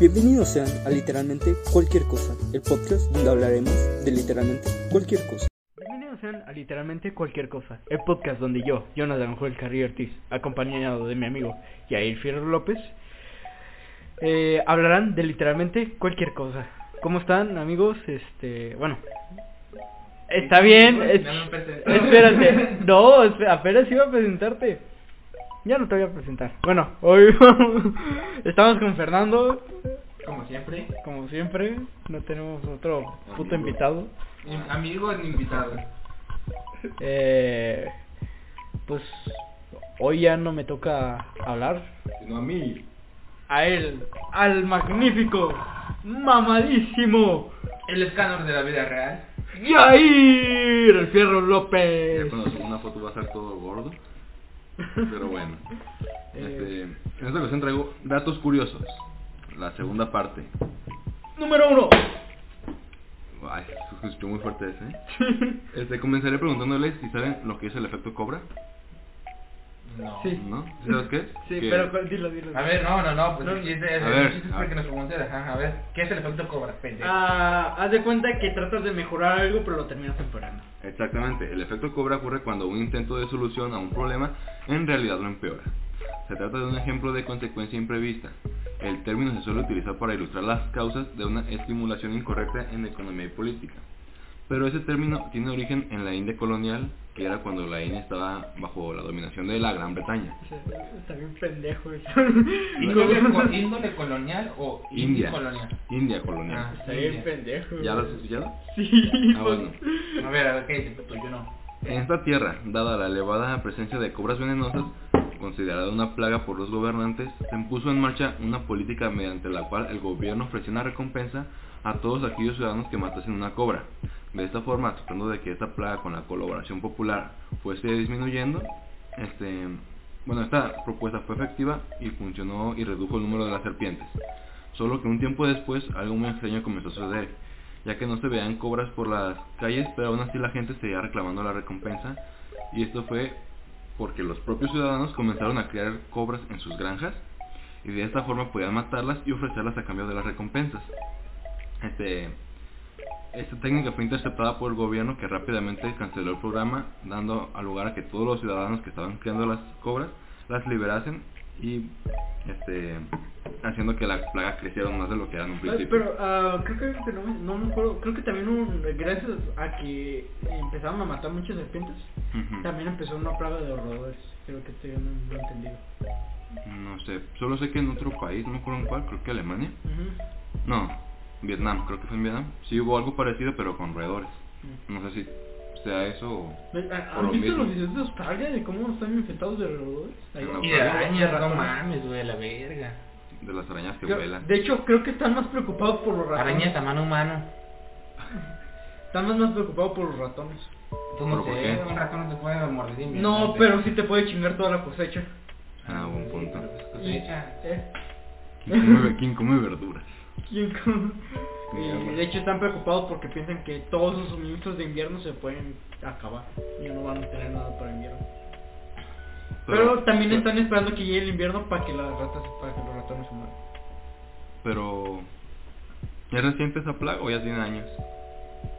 Bienvenidos sean a Literalmente Cualquier Cosa, el podcast donde hablaremos de literalmente cualquier cosa. Bienvenidos sean a literalmente cualquier cosa, el podcast donde yo, Jonathan Joel Carrillo Ortiz, acompañado de mi amigo Yair Fierro López, eh, hablarán de literalmente cualquier cosa. ¿Cómo están amigos? Este, bueno, está bien, es- espérate, no, esp- apenas iba a presentarte. Ya no te voy a presentar. Bueno, hoy estamos con Fernando, Como siempre, como siempre, no tenemos otro puto Amigo. invitado. in- amigos invitados. Eh, pues hoy ya no me toca hablar. No a mí. A él, al magnífico, mamadísimo, El escáner de la vida real. Yair el Fierro Ya López. cuando subo una foto va a estar todo gordo. Pero bueno. Eh. Este, en esta ocasión traigo datos curiosos. La segunda parte. Número uno. Ay, se escuchó muy fuerte ese. ¿eh? Este, comenzaré preguntándoles si saben lo que es el efecto cobra. No. Sí. ¿No? ¿Sí ¿Sabes qué es? Sí, Que- pero cuál- dilo, dilo. A ver, no, no, no, pues No. sí, es de- es A de- ver, sí, a para ver. que nos preguntes, ajá, a ver, ¿qué es el efecto cobra, pendejo? Ah, haz de cuenta que tratas de mejorar algo, pero lo terminas empeorando. Exactamente, el efecto cobra ocurre cuando un intento de solución a un problema en realidad lo empeora. Se trata de un ejemplo de consecuencia imprevista. El término se suele utilizar para ilustrar las causas de una estimulación incorrecta en economía y política. Pero ese término tiene origen en la India colonial, que era cuando la India estaba bajo la dominación de la Gran Bretaña. O sea, Está bien pendejo eso. ¿Índole, co- índole colonial o India. colonial? India colonial. Está bien pendejo. ¿Ya lo has güey. escuchado? Ah. Sí. Ah, pues, bueno. A ver, a ver, ¿qué dice? Pues yo no. En esta tierra, dada la elevada presencia de cobras venenosas, considerada una plaga por los gobernantes, se puso en marcha una política mediante la cual el gobierno ofreció una recompensa a todos aquellos ciudadanos que matasen una cobra. De esta forma, tratando de que esta plaga con la colaboración popular fuese disminuyendo, este, bueno, esta propuesta fue efectiva y funcionó y redujo el número de las serpientes. Solo que un tiempo después algo muy extraño comenzó a suceder, ya que no se veían cobras por las calles, pero aún así la gente seguía reclamando la recompensa, y esto fue porque los propios ciudadanos comenzaron a criar cobras en sus granjas, y de esta forma podían matarlas y ofrecerlas a cambio de las recompensas. Este, esta técnica fue interceptada por el gobierno que rápidamente canceló el programa, dando a lugar a que todos los ciudadanos que estaban criando las cobras las liberasen y este, haciendo que la plaga creciera más de lo que era en un Ay, principio. Pero ah, creo que no, me- no me acuerdo, creo que también un- gracias a que empezaron a matar muchas serpientes, Ujú. también empezó una plaga de horrores, creo que estoy no, no entendido. No sé, solo sé que en otro país, no me acuerdo en cuál, creo que Alemania. No, Vietnam, creo que fue en Vietnam. Sí hubo algo parecido, pero con roedores. No sé si sea eso o... ¿Ves? ¿Ha- ¿Has Por lo visto mismo. los videos de Australia de cómo están infectados de roedores? Ahí No, va. Y de arañas, no ratones. mames, güey, la verga. de las arañas que Creo- vuelan. De hecho, creo que están más preocupados por los ratones. Arañas a mano humana. Están más, más preocupados por los ratones. Pues no ¿Pero por sé, qué? un ratón no te puede morder. No, inmediatamente. pero sí te puede chingar toda la cosecha. Ah, buen punto. Pues Cosecha. ¿Eh? ¿Quién come, quién come verduras? ¿Quién come? Mira, Y güey. de hecho están preocupados porque piensan que todos sus suministros de invierno se pueden acabar. Y no van a tener nada para invierno. Pero, también están esperando que llegue el invierno para que las ratas, para que los ratones se mueran. Pero... ¿Es reciente esa plaga o ya tiene años?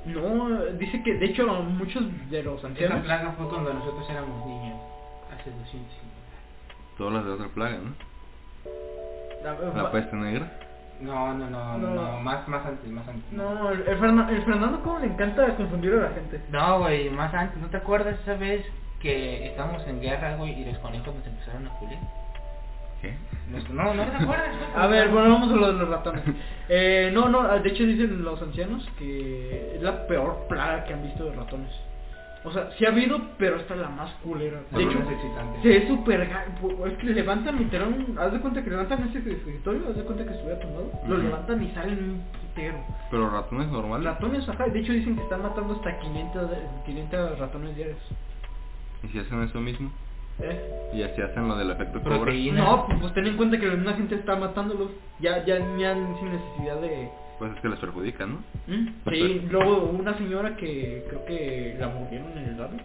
No, dice que de hecho muchos de los Esa ancianos... plaga fue cuando nosotros éramos niños, hace 250. Todas las de otra plaga, ¿no? eh, La peste negra. No, no, no, No. no, no, más, más antes, más antes. No, el, Fernando, el Fernando como le encanta confundir a la gente. No, güey, más antes. ¿No te acuerdas esa vez que estábamos en guerra, güey, y los conejos nos empezaron a culiar? ¿Qué? Nos- No, no te acuerdas. A ver, bueno, vamos a lo de los ratones. Eh, no, no, de hecho dicen los ancianos que es la peor plaga que han visto de ratones. O sea, sí ha habido, pero esta es la más culera. De hecho, es excitante. se es súper... ga- Es que levantan literalmente... Haz de cuenta que levantan ese escritorio, haz de cuenta que estuviera tumbado. Lo Ujú. levantan y salen un putero. Pero ratones normales. Ratones, ajá. De hecho dicen que están matando hasta 500, de- 500 ratones diarios. ¿Y si hacen eso mismo? ¿Eh? ¿Y si hacen lo del efecto cobra? Proteína. No, pues, pues ten en cuenta que la misma gente está matándolos. Ya, ya, ya sin necesidad de... Pues es que les perjudica, ¿no? Mm, Sí, luego una señora que creo que la murieron en el barrio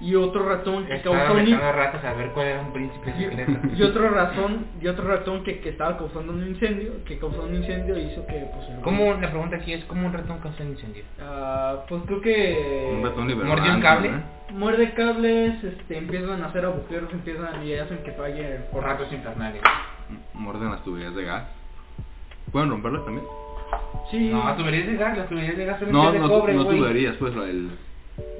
y otro ratón que Estaba causó un in- matando ratas a ver cuál era un príncipe secreto. y, y otro ratón y otro ratón que, que estaba causando un incendio que causó un incendio e hizo que pues el- ¿Cómo, la pregunta aquí es, ¿cómo un ratón causó un incendio? Ah, pues creo que Un ratón liberal. ¿mordió un cable? muerde cables este empiezan a hacer agujeros empiezan y hacen que falle el- Por ratos infernales. Morden las tuberías de gas. ¿Pueden romperlas también? sí No, tuberías de gas, las tuberías de gas son No, de no, cobre, no güey. tuberías, pues la, el-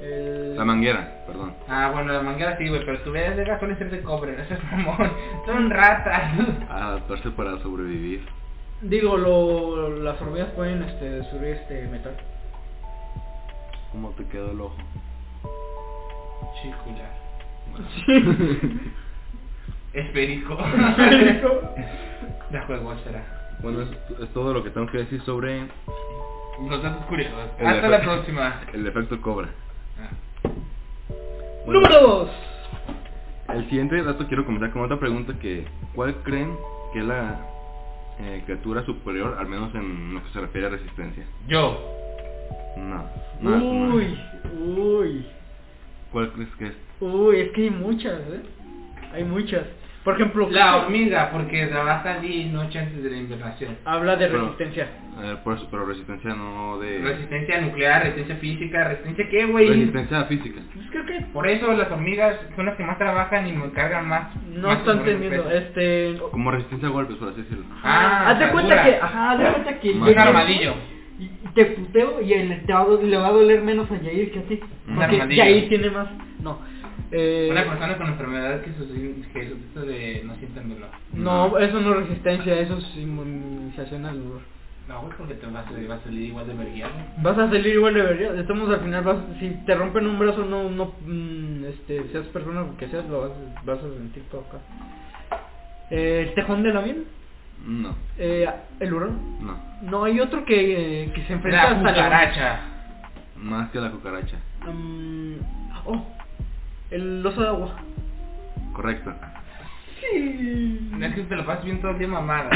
el- la manguera, perdón. Ah, bueno, la manguera sí, güey, pero tuberías de gas suelen ser de cobre, no seas mamón. Son ratas. A adaptarse para sobrevivir. digo lo las hormigas pueden este subir este metal ¿Cómo te quedó el ojo? Circular. sí Espérico. la juegosfera. Bueno, es, es todo lo que tengo que decir sobre Los datos curiosos. El Hasta efecto- la próxima. el efecto cobra. Ah. Bueno, número 2 El siguiente dato quiero comentar con otra pregunta que ¿cuál creen que es la eh, criatura superior, al menos en lo que se refiere a resistencia? Yo. No. no, no. uy uy ¿Cuál crees que es? Uy, es que hay muchas, ¿eh? Hay muchas. Por ejemplo, La justo hormiga, porque trabaja día y noche antes de la invernación. habla de Pero- resistencia. A ver, por eso, pero resistencia no de... Resistencia nuclear, resistencia física, resistencia qué, güey. Resistencia física. Pues creo que Por eso las hormigas son las que más trabajan y me cargan más. no más pues. están sobre el teniendo peso. este... Como resistencia a golpes, por así decirlo. Ah, haz de cuenta segura. que... Ajá, haz de cuenta que... Más Un llega- armadillo. Y y te puteo y el, te va a do- le va a doler menos a Yair que a ti. Un Porque armadillo. Yair tiene más... No. Eh, Una persona con enfermedad que sus que sus esto de no sienten dolor. no, eso no es resistencia, eso es inmunización al dolor. No, güey, porque te vas a, vas a salir igual de verguiado. Vas a salir igual de vería. Estamos al final, vas, si te rompen un brazo, no, no, mm, este, seas persona que seas, lo vas, vas a sentir todo acá. Eh, el tejón del avión, No, eh, el hurón. no. No, hay otro que, eh, que se enfrenta La hasta cucaracha. Más que la cucaracha. la... Mm, oh, el oso de agua. Correcto. Sí. No es que te lo pasas bien todo el día mamada.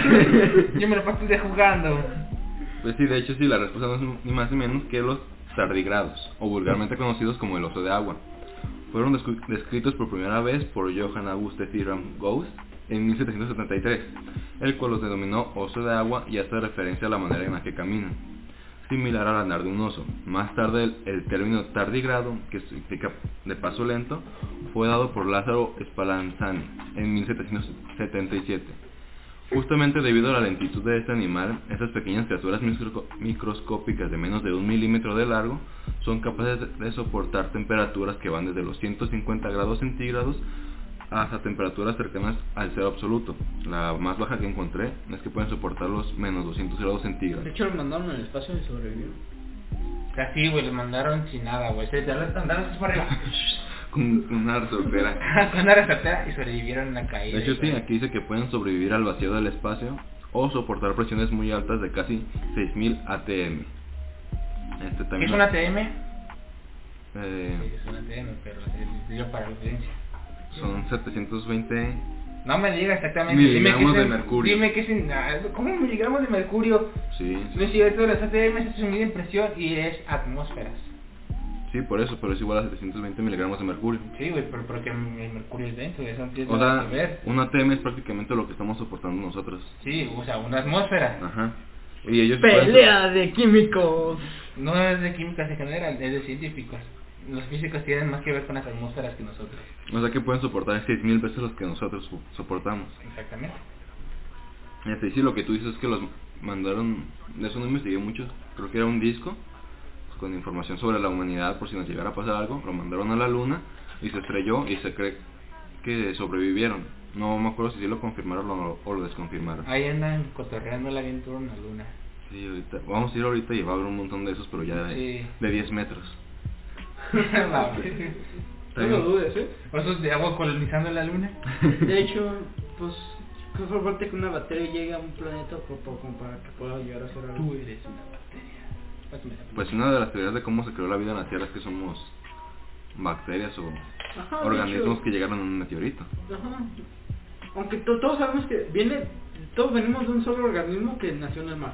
Yo me lo paso el día jugando. Pues sí, de hecho sí, la respuesta no es ni más ni menos que los tardigrados, o vulgarmente conocidos como el oso de agua. Fueron descu- descritos por primera vez por Johann August Ephraim Gauss en 1773, el cual los denominó oso de agua y hace referencia a la manera en la que caminan, similar al andar de un oso. Más tarde el, el término tardigrado, que significa de paso lento, fue dado por Lázaro Spallanzani en 1777. Justamente debido a la lentitud de este animal, estas pequeñas criaturas micro- microscópicas de menos de un milímetro de largo son capaces de- de soportar temperaturas que van desde los 150 grados centígrados hasta temperaturas cercanas al cero absoluto. La más baja que encontré es que pueden soportar los menos 200 grados De centígrados. hecho, lo mandaron al espacio y sobrevivió. Así, güey, le mandaron sin nada, güey. Se te andaron así para arriba. Con con una resortera. Con una resortera y sobrevivieron en la caída. De hecho, sí, güey. aquí dice que pueden sobrevivir al vacío del espacio o soportar presiones muy altas de casi 6000 ATM. Este ¿Qué también. es una TM? eh, Sí, es una TM, pero se dio para la audiencia. Son 720. No me digas exactamente. Miligramos dime qué es de en- mercurio. Dime que es en- ah, ¿Cómo miligramos de mercurio? Sí, No es sí, cierto, las ATM se mide en presión y es atmósferas. sí, por eso, pero es igual a 720 miligramos de mercurio. Sí, güey, pero porque el mercurio es denso, eso no tiene O nada que sea, ver. un ATM es prácticamente lo que estamos soportando nosotros. Sí, o sea, una atmósfera. Ah. Ajá. Y ellos. Pelea de químicos. No es de química en general, es de científicos. Los físicos tienen más que ver con las atmósferas que nosotros. pueden- o sea, que pueden soportar 6000 veces los que nosotros so- soportamos. Exactamente. Este, y sí, lo que tú dices es que los mandaron. De eso no investigué mucho. Creo que era un disco pues, con información sobre la humanidad por si nos llegara a pasar algo. Lo mandaron a la luna y se estrelló y se cree que sobrevivieron. No me acuerdo si sí lo confirmaron o lo, o lo Ah. desconfirmaron. Ahí andan cotorreando la aventura en la luna. Sí, ahorita, vamos a ir ahorita y va a haber un montón de esos, pero ya de, Sí. de 10 metros. Está No bien. lo dudes, ¿eh? Osos de agua colonizando la luna. De hecho, pues, ¿qué fue parte que una batería llegue a un planeta por, por- como para que pueda llegar a ser algo? Tú eres una bacteria. Pásame la Pues una de las teorías de cómo se creó la vida en la Tierra es que somos bacterias o Ajá, de organismos hecho, que llegaron en un meteorito. ajá. Aunque to- todos sabemos que viene, todos venimos de un solo organismo que nació en el mar.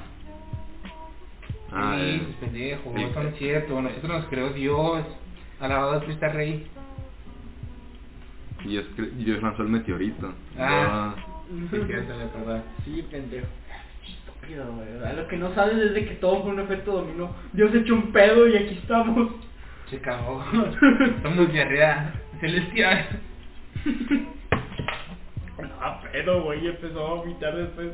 Ah, sí, eh, pues pendejo, el- eso no es cierto. Nosotros nos creó Dios. Alabado Cristo Rey. Y Dios, cre- y Dios lanzó el meteorito. Ah. Ah, Sí, cierto, la verdad. Sí, pendejo. Estúpido, güey. ¿verdad? Lo que no sabes es de que todo fue un efecto dominó. Dios echó un pedo y aquí estamos. Se cagó. Somos diarrea celestial. No, pedo, güey. Empezó a vomitar después.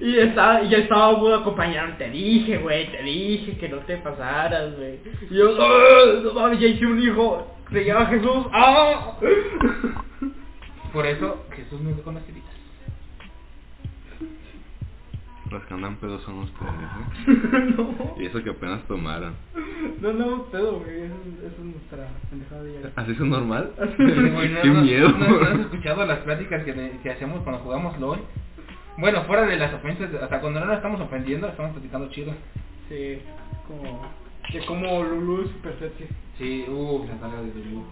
y estaba, y ya estaba muy acompañado. Te dije, güey. Te dije que no te pasaras, güey. Y yo, "Ah, no mames, ya hice un hijo. Se llama Jesús. ¡Ah! Por eso Jesús no con las tiritas. los que andan pedos son ustedes, ¿eh? no. Y eso que apenas tomaron. No, no, pedo, güey. Eso, es nuestra pendejada de ¿Así es normal? Güey, no- ¡Qué no- miedo! ¿No, no has escuchado las pláticas que, le- que hacemos cuando jugamos LOL? Bueno, fuera de las ofensas, hasta cuando no nos estamos ofendiendo, estamos platicando chido. Sí, como. Que como Lulu es super sexy. Sí, uh, la sala de Lulu.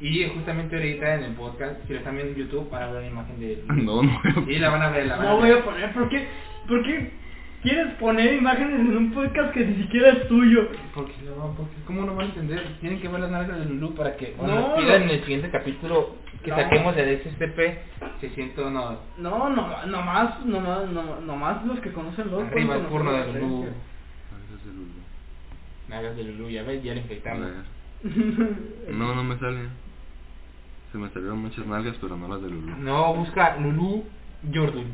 Y justamente ahorita en el podcast, si lo están viendo en YouTube, van a ver la imagen de Lulu. No, no veo. Y la van a ver, la van No a voy ver. a poner, ¿por qué? ¿Por qué quieres poner imágenes en un podcast que ni siquiera es tuyo? Porque no, porque ¿cómo no van a entender? Tienen que ver las nalgas de Lulu para que No, cuando nos pidan no. en el siguiente capítulo que No. saquemos de SCP 609. No, no, nomás, nomás, no- nomás los que conocen los. Arriba el porno de Lulu. Ese es el último. Nalgas de Lulu, ya ves, ya le A infectamos. ver. No, no me sale. Se me salieron muchas nalgas, pero no las de Lulu. No, busca Lulu Jordan.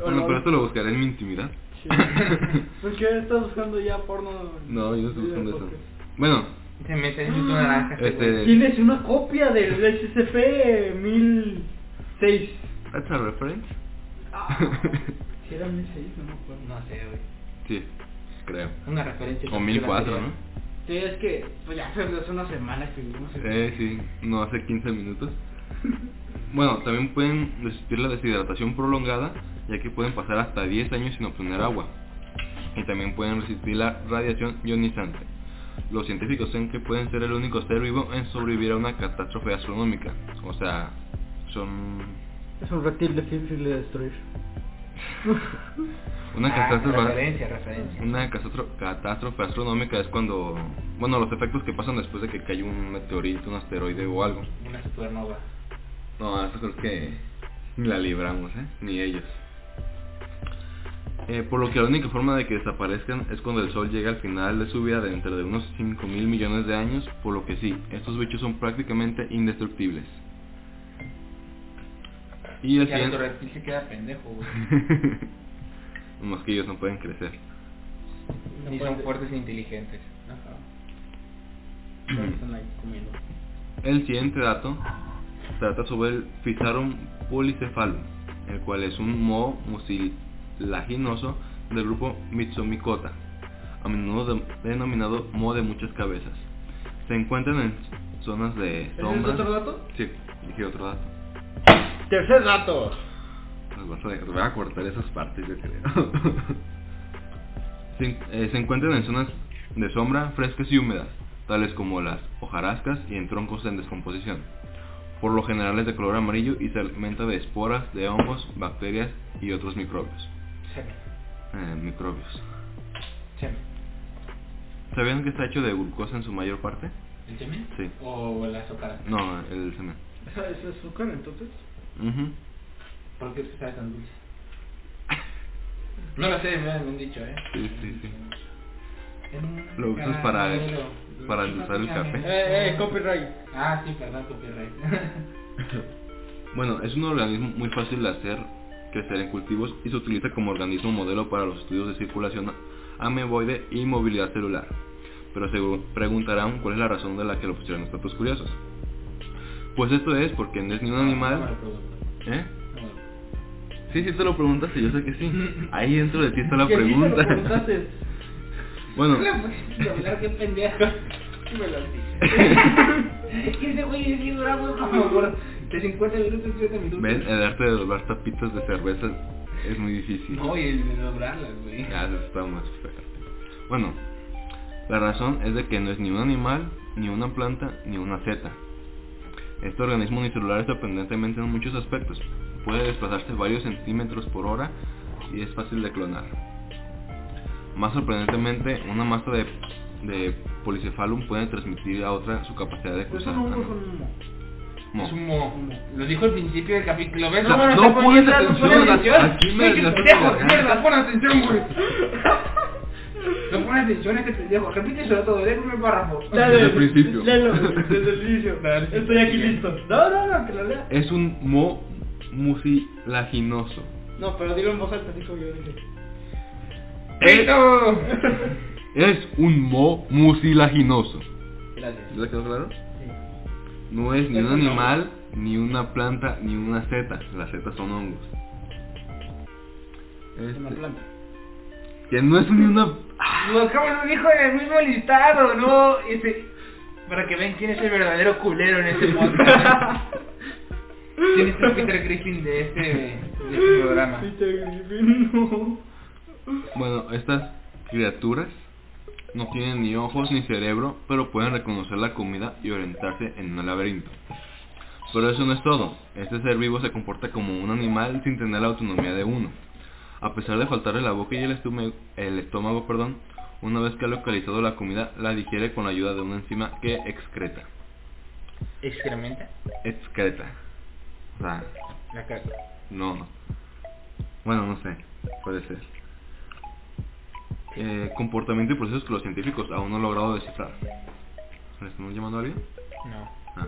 Bueno, pero esto lo buscaré en mi intimidad. ¿Por Pues, qué estás buscando ya porno? No, yo no estoy de buscando eso. podcast? Bueno, Se mete en YouTube naranja. este Este- güey. Tienes una copia del SCP 1006. that's a reference. Ah, si era 1006, no me acuerdo. No sé, güey. sí, creo. Una referencia. O 1004, ¿no? Sí, es que pues ya fue hace una semana que vivimos en- Eh, sí, no hace 15 minutos. Bueno, también pueden resistir la deshidratación prolongada, ya que pueden pasar hasta 10 años sin obtener agua. Y también pueden resistir la radiación ionizante. Los científicos creen que pueden ser el único ser vivo en sobrevivir a una catástrofe astronómica. O sea, son... Es un reptil difícil de destruir. Una Ah, catástrofe... referencia, referencia. Una catastro- catástrofe astronómica es cuando... Bueno, los efectos que pasan después de que cae un meteorito, un asteroide o algo. Una supernova. No, eso creo que ni la libramos, ¿eh? Ni ellos. Eh, por lo que la única forma de que desaparezcan es cuando el Sol llega al final de su vida dentro de unos 5 mil millones de años, por lo que sí, estos bichos son prácticamente indestructibles. Y el Ya el siguiente... reptil se queda pendejo, güey. Más que ellos no pueden crecer. Ni son fuertes ni inteligentes. Ajá. Pero están ahí comiendo. El siguiente dato trata sobre el Physarum polycephalum, el cual es un moho mucilaginoso del grupo Mitsomicota, a menudo de- denominado moho de muchas cabezas. Se encuentran en zonas de ¿Ese es sombra. otro dato? Sí, dije otro dato. Tercer dato. Nos Pues vas a dejar- voy a cortar esas partes, yo creo. se, en- eh, se encuentran en zonas de sombra frescas y húmedas, tales como las hojarascas y en troncos en descomposición. Por lo general es de color amarillo y se alimenta de esporas, de hongos, bacterias y otros microbios. Cheme, Eh, microbios. cheme. ¿Sabían que está hecho de glucosa en su mayor parte? ¿El cheme? Sí. O la azúcar. No, el semen. ¿Es azúcar entonces? Ujú. ¿Por qué es que sabe tan dulce? No lo sé, me han dicho, ¿eh? Sí, sí, sí. Lo usas para- para endulzar el café. Eh, eh, copyright. Ah, sí, perdón, copyright. Bueno, es un organismo muy fácil de hacer crecer en cultivos y se utiliza como organismo modelo para los estudios de circulación ameboide y movilidad celular. Pero se preguntarán cuál es la razón de la que lo pusieron los datos curiosos. Pues esto es porque no es ni un No me animal, lo pregunto. ¿eh? No me lo- Sí, sí te lo preguntas y yo sé que sí. Ahí dentro de ti está la Que sí te lo pregunta. preguntaste. Bueno, Voy a hablar, qué pendejo. Sí me lo dije. Es que ese güey es bien bravo, como por de 50 minutos, 50 minutos. ven, el arte de doblar tapitas de cerveza es muy difícil. No, y el de doblarlas, güey. Ya, eso está más feo. Bueno, la razón es de que no es ni un animal, ni una planta, ni una seta. Este organismo unicelular es sorprendentemente en muchos aspectos. Puede desplazarse varios centímetros por hora y es fácil de clonar. Más sorprendentemente, una masa de, de polycephalum pueden transmitir a otra su capacidad de Pero cruzar. eso no Ah, es no. Pues un humo. Mo. Es un mo. Lo dijo al principio del capítulo. ¿Ves? O sea, cómo no está pones poniendo- no atención, pones atención. aquí me- Ay, qué me haces pendejo, cagar. mierda, pon atención, güey. No pone atención a este pendejo. Repíteselo todo, déjame el párrafo. Desde el principio. Léelo, desde el inicio. Estoy aquí listo. No, no, no, que lo lea. Es un mo mucilaginoso. No, pero dilo en voz alta, así como yo dije. Eso. Es un mo mucilaginoso. Gracias. ¿Ya quedó claro? Sí. No es ni Es un un animal, ni una planta, ni una seta. Las setas son hongos. Es una Este, planta. que no es ni una... Lo como lo dijo en el mismo listado, ¿no? Este, para que vean quién es el verdadero culero en este podcast. ¿Quién es el Peter Griffin de este, de este programa? Bueno, estas criaturas no tienen ni ojos ni cerebro, pero pueden reconocer la comida y orientarse en un laberinto. Pero eso no es todo. Este ser vivo se comporta como un animal sin tener la autonomía de uno. A pesar de faltarle la boca y el, estume- el estómago, perdón, una vez que ha localizado la comida, la digiere con la ayuda de una enzima que excreta. Excrementa Excreta. O sea, la caca. no, no. Bueno, no sé. Puede ser. Eh, comportamiento y procesos que los científicos aún no han logrado descifrar. ¿Le estamos llamando a alguien? No. Ah.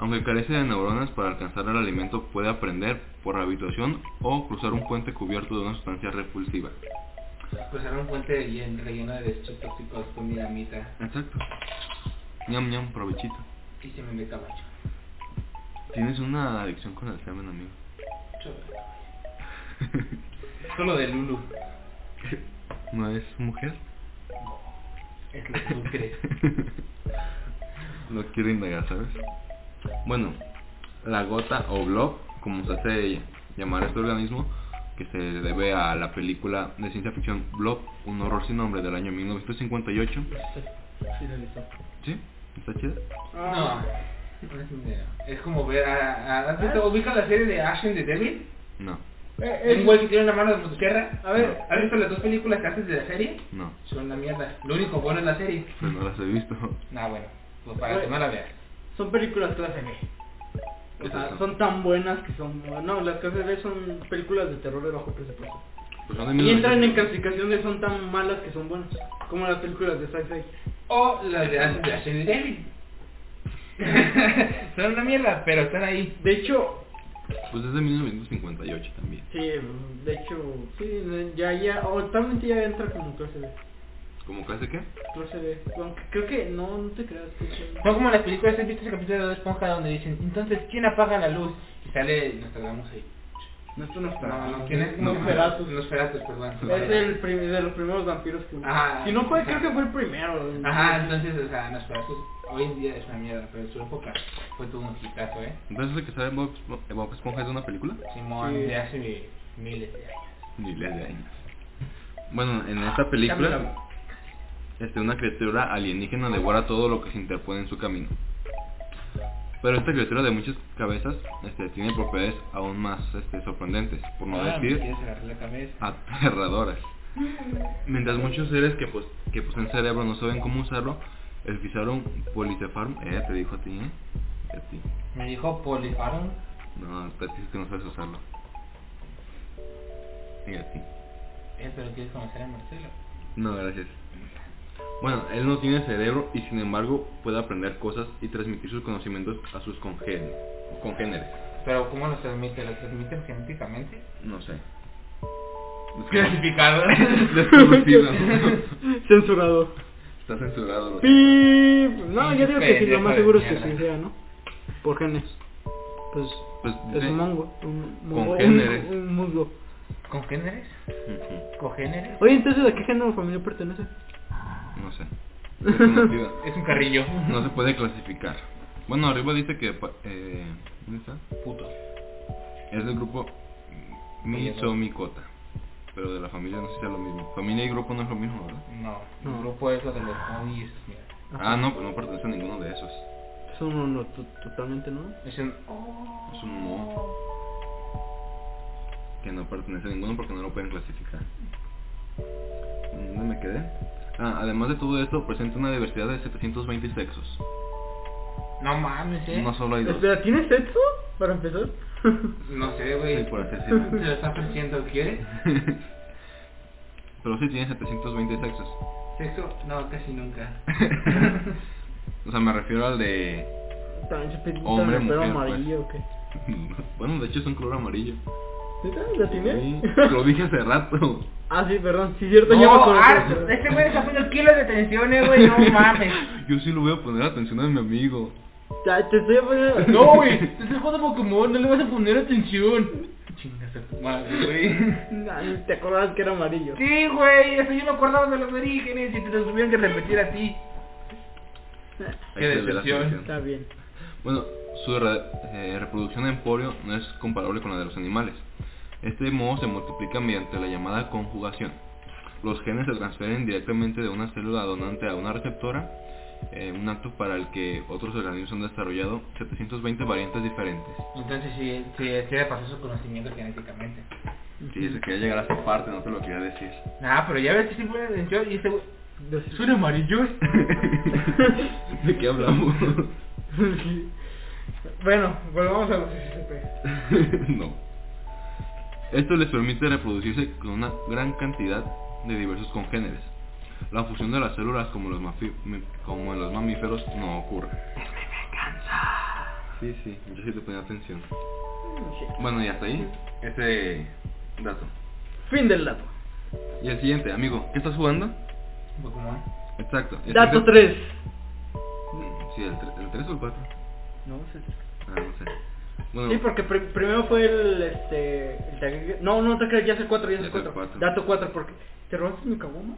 Aunque carece de neuronas para alcanzar el alimento, puede aprender por habituación o cruzar un puente cubierto de una sustancia repulsiva. Cruzar Pues un puente llen- relleno de desechos tóxicos con dinamita Exacto. Ñam ñam, provechito. y se me ve caballo. Tienes una adicción con el semen, amigo. Solo de Lulu. ¿No es mujer? Es lo que tú crees. No quiero indagar, ¿sabes? Bueno, la gota o blob, como se hace llamar este organismo, que se debe a la película de ciencia ficción Blob, un horror sin nombre del año 1958. ¿Sí? ¿Está chida? Ah. No. no es idea. Es como ver a... a ¿has visto- Ah. ¿Ubicas la serie de Ash and the Devil? No, Eh, Un güey que tiene una mano de tierra. A ver. ¿Has visto las dos películas que haces de la serie? no, Son una mierda. Lo único bueno es la serie. pues no las he visto. Nah, bueno. Pues para que no la veas. Son películas clase B. O sea, Exacto. son tan buenas que son... No, las clase B son películas de terror de bajo presupuesto. Pues son de Y entran en 1900. clasificación de son tan malas que son buenas. Como las películas de sci-fi. O las de Ash de Ash and the Devil. Son una mierda, pero están ahí. De hecho, Pues es de 1958 también. sí, mm, de hecho, sí, ya, ya, actualmente ya entra como clase B. ¿Como clase qué? Clase B. Aunque creo que, no, no te creas. creo que- Son como las películas, ¿has visto ese capítulo de Bob Esponja donde dicen, entonces, ¿quién apaga la luz? Y sale Nostradamus ahí. No, esto no está. No, no, ¿quién es? No, Nosferatu. Nosferatu, perdón. Es el prim- de los primeros vampiros que hubo. Ajá. Si no fue, creo que fue el primero. Ah. Ajá, entonces, o sea, Nosferatu hoy en día es una mierda, pero en su época fue todo un hitazo, ¿eh? Entonces, ¿el que sabe Bob, Espo- Bob Esponja es de una película? Simón Sí. de hace miles de años. Miles de años. Bueno, en esta película, este, una criatura alienígena devora todo lo que se interpone en su camino. Pero esta criatura de muchas cabezas este, tiene propiedades aún más este, sorprendentes, por no Ah, me decir quieres agarrar la cabeza. aterradoras. Mientras muchos seres que, pues, que poseen cerebro no saben cómo usarlo, el fisaron politefarm, eh, te dijo a ti, eh, a ti. Me dijo Polifaron. No, te dices que no sabes usarlo. Y a ti. Eh, pero quieres conocer a Marcelo. No, gracias. Bueno, él no tiene cerebro y sin embargo puede aprender cosas y transmitir sus conocimientos a sus congén- congéneres. Pero, ¿cómo los transmite? ¿Los transmiten genéticamente? No sé. Clasificado. Desconocido. Censurado. Está censurado. lo siento. Pip. No, yo digo que sí, lo Pendejo más de seguro es que mierda. sí sea, ¿no? Por genes. Pues Pues, es dice- un mongo, un mongo, Con un, géneres. un musgo. ¿Congéneres? Ujú, ¿Cogéneres? Oye, entonces, ¿a qué género familiar pertenece? No sé. Desconocido. Es un carrillo. No se puede clasificar. Bueno, arriba dice que... pa- Eh, ¿Dónde está? Puto. Es del grupo Mizomicota. Pero de la familia no sé si sea lo mismo. Familia y grupo no es lo mismo, ¿verdad? No, No. el grupo es lo de los Odis, mira. Ah, no, pues no pertenece a ninguno de esos. Son Pues, uno to- totalmente, ¿no? Es un... Es un mo. Que no pertenece a ninguno porque no lo pueden clasificar. ¿En ¿Dónde me quedé? Ah, además de todo esto, presenta una diversidad de 720 sexos. No mames, eh. No solo hay dos. Espera, ¿tienes sexo? Para empezar. No sé, Sí, güey. por así Se decirlo. lo está ofreciendo, ¿qué? Pero sí tiene 720 sexos. Sexo, no, casi nunca. o sea, me refiero al de... También se pinta Hombre, de pelo mujer, pues. amarillo o qué. Bueno, de hecho es un color amarillo. ¿Neta? ¿La tiene? Sí, lo dije hace rato. ah, sí, perdón. Sí, cierto, yo me No, acordé, ah, perdón. este güey está poniendo kilos de tensiones, güey, no mames. Yo sí lo voy a poner atención a mi amigo. Ya, te estoy poniendo... No, güey, te estás jugando Pokémon, no le vas a poner atención. Chingas a tu madre, güey. Nah, ni te acordabas que era amarillo. Sí, güey, eso yo me acordaba de los orígenes y te los tuvieron que repetir a ti. Qué Ahí se ve la decepción. selección. Está bien. Bueno, su re- eh, reproducción en emporio no es comparable con la de los animales. Este modo se multiplica mediante la llamada conjugación. Los genes se transfieren directamente de una célula donante a una receptora, eh, un acto para el que otros organismos han desarrollado 720 variantes diferentes. Entonces sí, sí, sí le pasó su conocimiento genéticamente. Sí, se quería llegar a esa parte, no te lo quería decir. Ah, pero ya ves que sí pone atención y este güey... Los- ¿Son amarillos? ¿De qué hablamos? bueno, volvamos a los SCP. no. Esto les permite reproducirse con una gran cantidad de diversos congéneres. La fusión de las células como, los mafi- mi- como en los mamíferos no ocurre. Sí, sí, yo sí te ponía atención. Bueno, y hasta ahí ese dato. Fin del dato. Y el siguiente, amigo, ¿qué estás jugando? Pokémon. Exacto. el Dato 3. siguiente- Sí, el, tre- el 3 o el 4. No, sí. Ah, no sé. Bueno, Sí, porque pri- primero fue el, este, el de- No, no te creas, ya es el 4, ya es Ya el es 4. el cuatro. Dato 4, porque... ¿Te robaste mi caguama?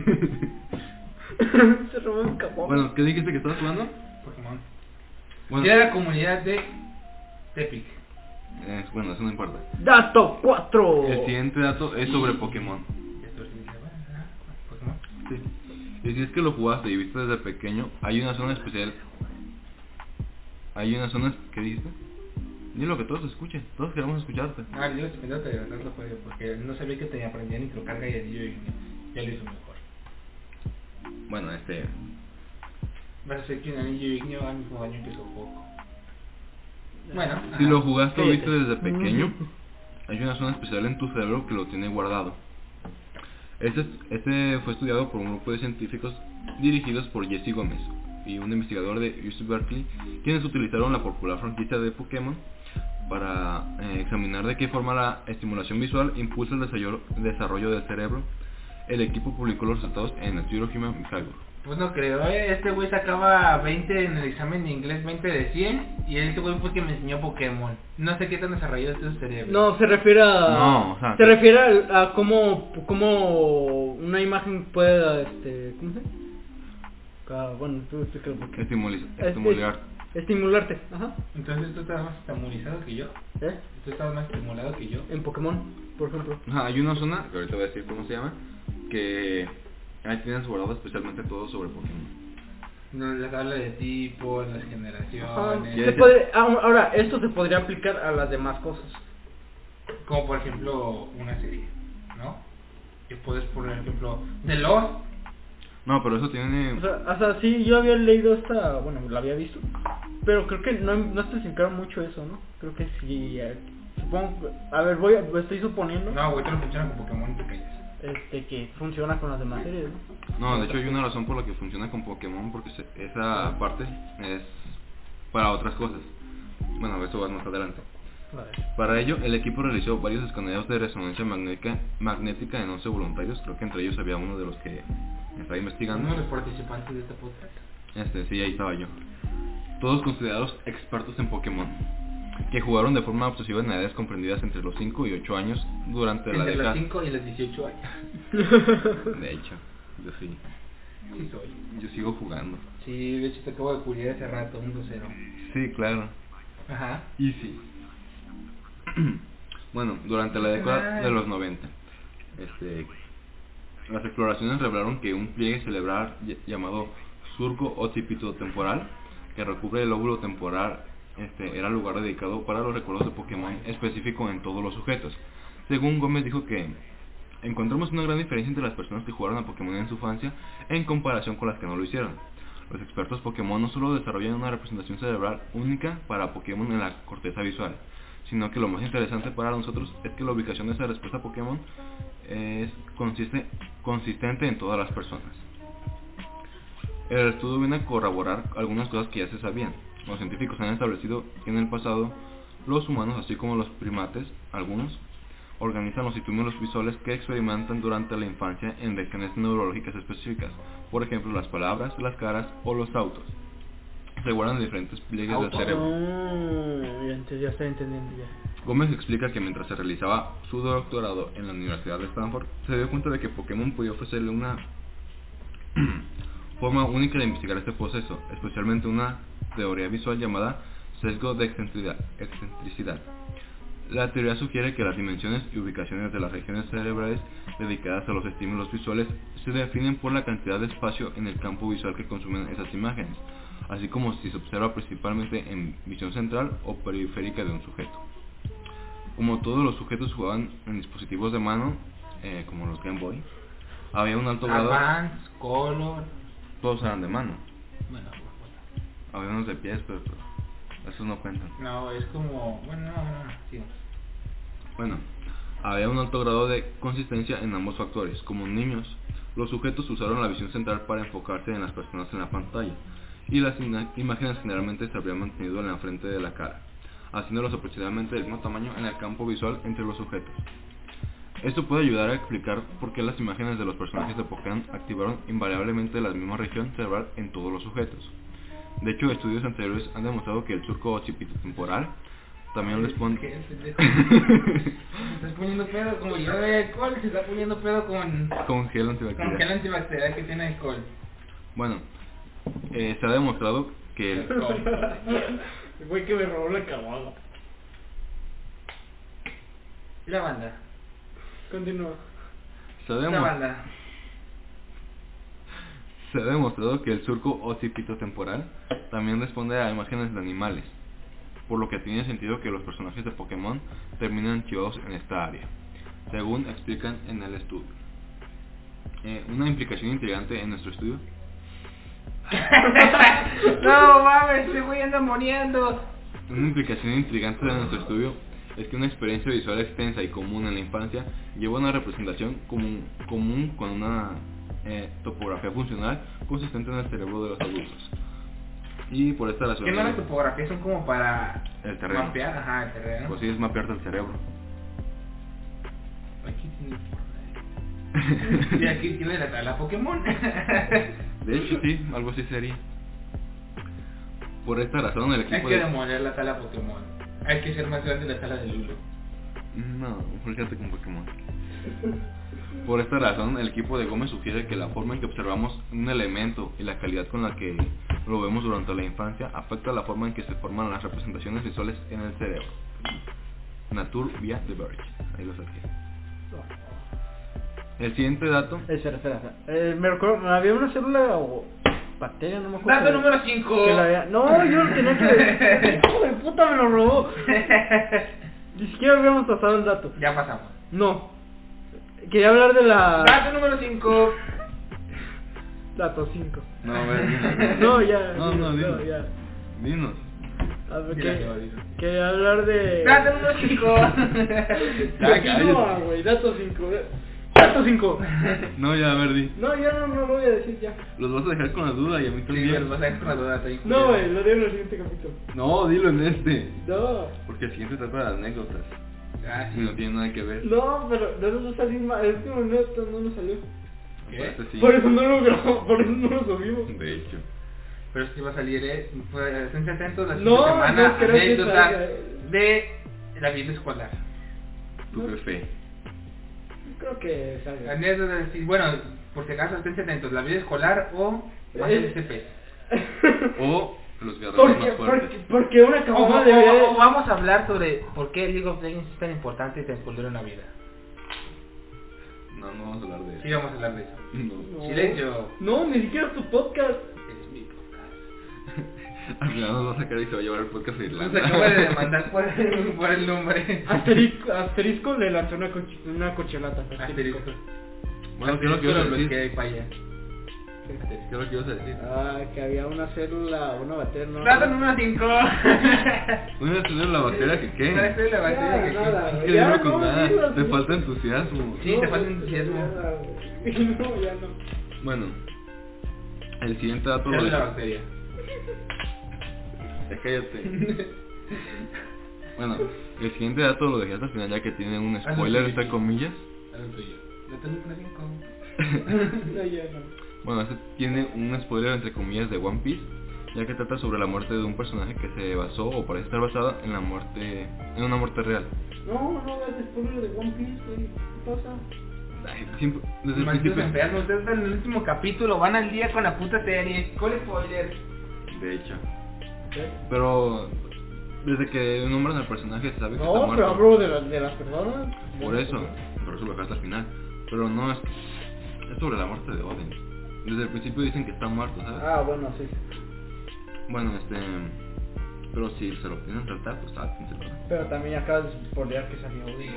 Se robó mi caguama. bueno, ¿qué dijiste que estabas jugando? Pokémon. Bueno, Era la comunidad de Epic. eh, bueno, eso no importa. Dato 4. El siguiente dato es sobre Pokémon. Pokémon. Sí. Y si es que lo jugaste y viste desde pequeño, hay una zona especial. Hay una zona. ¿Qué dijiste? Dilo que todos escuchen, todos queremos escucharte. Ah, yo estoy pensando que levantarlo fue porque no sabía que tenía aprendía microcarga y anillo y ya lo hizo mejor. Bueno, este. Vas a ser que un anillo igno haga el mismo daño que su foco. Bueno. Si lo jugaste o viste Cállate. desde pequeño, hay una zona especial en tu cerebro que lo tiene guardado. Este, este fue estudiado por un grupo de científicos dirigidos por Jesse Gómez y un investigador de UC Berkeley, quienes utilizaron la popular franquicia de Pokémon para eh, examinar de qué forma la estimulación visual impulsa el desarrollo, desarrollo del cerebro. El equipo publicó los resultados en Nature Human Behavior. Pues no creo, ¿eh? este güey sacaba 20 en el examen de inglés, 20 de 100 y este güey fue el que me enseñó Pokémon. No sé qué tan desarrollado está su cerebro. No, se refiere a... No, o sea, Se que- refiere al- a, cómo, cómo una imagen puede, este, ¿cómo se? dice? Ah, bueno, tú explícalo porque... Estimuliz- Este- Estimular. Estimularte, ajá. Entonces tú estabas más estimulado que yo. ¿Eh? Tú estabas más estimulado que yo. En Pokémon, por ejemplo. Ajá, hay una zona, que ahorita voy a decir cómo se llama, que ahí tienes guardado especialmente todo sobre Pokémon. No, La tabla de tipo, las Ah, generaciones. se puede- ah, ahora, esto se podría aplicar a las demás cosas. como por ejemplo una serie, ¿no? Que puedes poner, por ejemplo, The Lost. No, pero eso tiene... O sea, o sea, sí, yo había leído esta, bueno, la había visto, pero creo que no, no especificaron mucho eso, ¿no? Creo que sí, eh, supongo, a ver, voy, a- estoy suponiendo No, güey, te lo funciona con Pokémon y te callas. este que funciona con las demás series, ¿no? no, de hecho hay una razón por la que funciona con Pokémon, porque se- esa parte es para otras cosas. Bueno, eso va más adelante. A ver. Para ello, el equipo realizó varios escaneos de resonancia magnética, magnética en 11 voluntarios, creo que entre ellos había uno de los que está investigando. Uno de los participantes de este podcast. Este, sí, ahí estaba yo. Todos considerados expertos en Pokémon, que jugaron de forma obsesiva en edades comprendidas entre los 5 y 8 años durante la Entre los década. 5 y los 18 años. De hecho, yo sí, Sí, soy. yo sigo jugando. Sí, de hecho te acabo de culiar hace rato, un 2-0. Sí, claro. Ajá. Y sí. bueno, durante la década de los 90, este, las exploraciones revelaron que un pliegue cerebral ll- llamado surco occipito temporal, que recubre el lóbulo temporal, este, era el lugar dedicado para los recuerdos de Pokémon específico en todos los sujetos. Según Gómez dijo que encontramos una gran diferencia entre las personas que jugaron a Pokémon en su infancia en comparación con las que no lo hicieron. Los expertos Pokémon no solo desarrollan una representación cerebral única para Pokémon en la corteza visual, sino que lo más interesante para nosotros es que la ubicación de esa respuesta Pokémon es consiste- consistente en todas las personas. El estudio viene a corroborar algunas cosas que ya se sabían. Los científicos han establecido que en el pasado los humanos, así como los primates, algunos, organizan los estímulos visuales que experimentan durante la infancia en regiones neurológicas específicas, por ejemplo las palabras, las caras o los autos. Se guardan en diferentes pliegues del cerebro. Oh, ya, entonces ya estoy entendiendo ya. Gómez explica que mientras se realizaba su doctorado en la Universidad de Stanford, se dio cuenta de que Pokémon podía ofrecerle una forma única de investigar este proceso, especialmente una teoría visual llamada sesgo de excentricidad. excentricidad. La teoría sugiere que las dimensiones y ubicaciones de las regiones cerebrales dedicadas a los estímulos visuales se definen por la cantidad de espacio en el campo visual que consumen esas imágenes, así como si se observa principalmente en visión central o periférica de un sujeto. Como todos los sujetos jugaban en dispositivos de mano, eh, como los Game Boy, había un alto grado, Advance, Color. todos eran de mano. Bueno, Había unos de pies, pero pues, esos no cuentan. no, es como. Bueno, no, no, no, sí. Bueno, había un alto grado de consistencia en ambos factores. Como niños, los sujetos usaron la visión central para enfocarse en las personas en la pantalla y las ina- imágenes generalmente se habían mantenido en la frente de la cara, haciéndolos aproximadamente del mismo tamaño en el campo visual entre los sujetos. Esto puede ayudar a explicar por qué las imágenes de los personajes de Pokémon activaron invariablemente la misma región cerebral en todos los sujetos. De hecho, estudios anteriores han demostrado que el surco occipitotemporal también ¿Qué? responde... Se está poniendo pedo como yo de alcohol, se está poniendo pedo con. con gel Con gel antibacterial. antibacterial que tiene alcohol. Bueno, eh, se ha demostrado que el, Fue que me robó la cabada. La banda. Continúa. se, ha La demo- banda. se ha demostrado que el surco occipitotemporal también responde a imágenes de animales, por lo que tiene sentido que los personajes de Pokémon terminan chivados en esta área, según explican en el estudio. Eh, una implicación intrigante en nuestro estudio No mames, este güey anda moneando. Una implicación intrigante de nuestro estudio es que una experiencia visual extensa y común en la infancia lleva una representación común, común con una eh, topografía funcional consistente en el cerebro de los adultos. Y por esta razón... Que no las topografías son como para El terreno. mapear, ajá, el terreno. Pues sí, es mapearte el cerebro. Aquí tiene. Y aquí tiene la tabla Pokémon. Hay De hecho, sí, algo así sería. Por esta razón el equipo que de... demoler la tabla Pokémon. Hay que ser más grande la tabla de Lulo. No, fíjate con Pokémon. Por esta razón, el equipo de Gómez sugiere que la forma en que observamos un elemento y la calidad con la que lo vemos durante la infancia afecta la forma en que se forman las representaciones visuales en el cerebro. Natur via de Berg. Ahí lo saqué. El siguiente dato. Espera, espera, espera. Eh, me recuerdo, había una célula o bacteria, no me acuerdo. Dato que- número 5. que la había- No, yo lo tenía que... Hijo de puta, me lo robó. Ni siquiera habíamos pasado el dato. Ya pasamos. No. Quería hablar de Ah. la... Dato número 5. Dato 5. No, a ver, dinos. No, ya. No, no, dinos, dinos. no, ya. Dinos. A ver, Dila, que- no, dila. quería hablar de... Dato número 5. Ya, Continúa, cállate. güey, dato 5. Dato 5. No, ya, a ver, di. No, ya no, no lo voy a decir ya. Los vas a dejar con la duda y a mí Sí, también. pero vas a dejar con la duda, estoy No, güey, incluido. lo digo en el siguiente capítulo. No, dilo en este. No. Porque el siguiente trata de anécdotas. Ah, Y sí. no tiene nada que ver. No, pero no nos va a salir mal. El último minuto no nos salió. Por este sí. Por eso no lo grabó, por eso no lo subimos. De hecho. Pero si va a salir, eh. Pues, esténse atentos la No, siguiente semana. no creo que anécdota salga. de la vida escolar. Tu jefe. Creo que salga. Anécdota, sí, bueno, por si acaso, esténse atentos. La vida escolar o la Eh. CP. O los guerreros porque, más porque, fuertes. porque una O, cabana o- debería de... o- o vamos a hablar sobre por qué League of Legends es tan importante y tan culero en la vida. No, no vamos a hablar de Sí, vamos a hablar de eso. No. Silencio. No, ni siquiera es tu podcast. Es mi podcast. Al final nos va a sacar y se va a llevar el podcast a Nos Irlanda. acaba de demandar por, por el nombre. Asterisco, asterisco le lanzó una, coch una cochelata. Asterisco. Bueno, ¿qué es lo que Asterisco ibas a los decir? que hay para allá. ¿Qué es lo que ibas a decir? Ah, que había una célula, una batería, no. Plato número 5. ¿Una tener la bacteria que qué? Esta es la batería que nada. Es que Ya, dime con no, nada, digas, te no. falta entusiasmo. Sí, te falta entusiasmo. No, ya no. Bueno, el siguiente Esta dato lo es la deja. batería. Ya cállate. Bueno, el siguiente dato lo dejé hasta el final ya que tiene un sí, spoiler sí, entre sí. comillas. Plato número 5. No, ya no. Bueno, este tiene un spoiler entre comillas de One Piece, ya que trata sobre la muerte de un personaje que se basó o parece estar basada en la muerte en una muerte real. No, no hagas spoiler de One Piece, güey. ¿Qué pasa? Ay, siempre- desde el Malditos principio. enfermos, ustedes están en el último capítulo, van al día con la puta serie. ¿Cuál spoiler? De hecho. Pero desde que nombran al personaje se sabe que está No, muerto. pero hablo de, las de las personas. Por eso, por eso lo dejé hasta el final. Pero no es es sobre la muerte de Odin. Desde el principio dicen que está muerto, ¿sabes? Ah, bueno, sí. Bueno, este pero si se lo quieren saltar, pues sáltenselo. Pero también acabas de spoilear que salió Odin.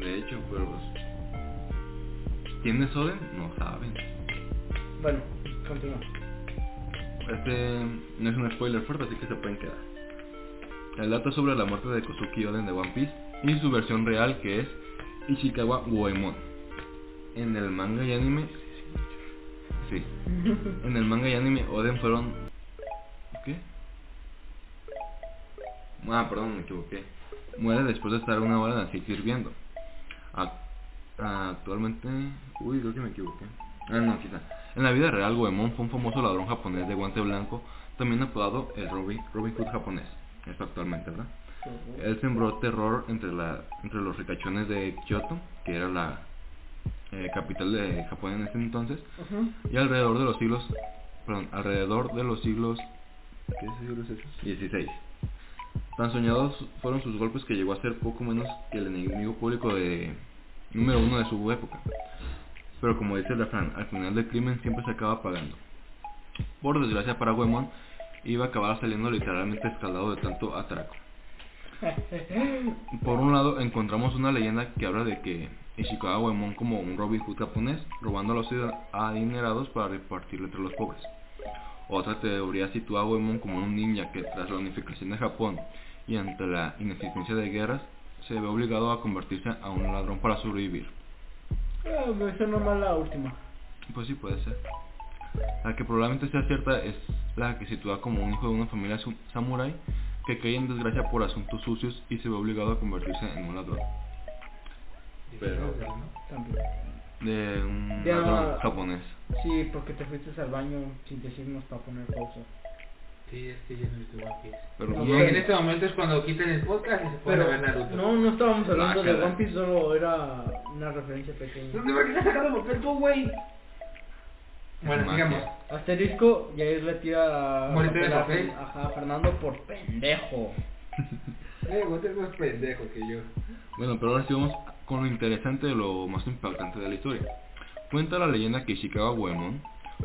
De hecho, pero pues ¿Quién es Odin? No saben. Bueno, continúa. Este no es un spoiler fuerte, así que se pueden quedar. El dato sobre la muerte de Kosuki Oden de One Piece y su versión real que es Ishikawa Goemon. En el manga y anime. Sí. En el manga y anime Oden fueron. ¿Qué? Ah, perdón, me equivoqué. Muere después de estar una hora en aceite hirviendo. Ac- Actualmente. Uy, creo que me equivoqué. Ah, no, quizá. En la vida real, Goemon fue un famoso ladrón japonés de guante blanco, también apodado el Robin, Robin Hood japonés. Esto actualmente, ¿verdad? Él sembró terror entre, la, entre los ricachones de Kyoto, que era la eh, capital de Japón en ese entonces, y alrededor de los siglos, perdón, alrededor de los siglos, ¿qué siglos es eso? 16. Tan soñados fueron sus golpes que llegó a ser poco menos que el enemigo público de número uno de su época. Pero como dice el refrán, al final del crimen siempre se acaba pagando. Por desgracia para Goemon, iba a acabar saliendo literalmente escaldado de tanto atraco. Por un lado, encontramos una leyenda que habla de que Ishikawa Goemon como un Robin Hood japonés, robando a los adinerados para repartirlo entre los pobres. Otra teoría sitúa a Goemon como un ninja que tras la unificación de Japón y ante la inexistencia de guerras, se ve obligado a convertirse a un ladrón para sobrevivir. Ah, me suena mal la última. Pues sí, puede ser. La que probablemente sea cierta es la que sitúa como un hijo de una familia su- samurái que cae en desgracia por asuntos sucios y se ve obligado a convertirse en un ladrón. Pero- También. De un Ya. ladrón japonés. Sí, porque te fuiste al baño sin decirnos para poner pausa. Sí, es que yo no estoy One Piece. Pero No, no, Y en este momento es cuando quiten el podcast y se pueden ver Naruto. Ah, no, no estábamos hablando de Guácala. One Piece, solo era una referencia pequeña. ¿Dónde por qué estás sacando papel tú, güey? Bueno, Magia. sigamos. Asterisco, y ahí le tira Muerte de a- papel. Ajá, a Fernando por pendejo. Eh, vos eres más pendejo que yo. Bueno, pero ahora sí vamos con lo interesante y lo más impactante de la historia. Cuenta la leyenda que Ishikawa Goemon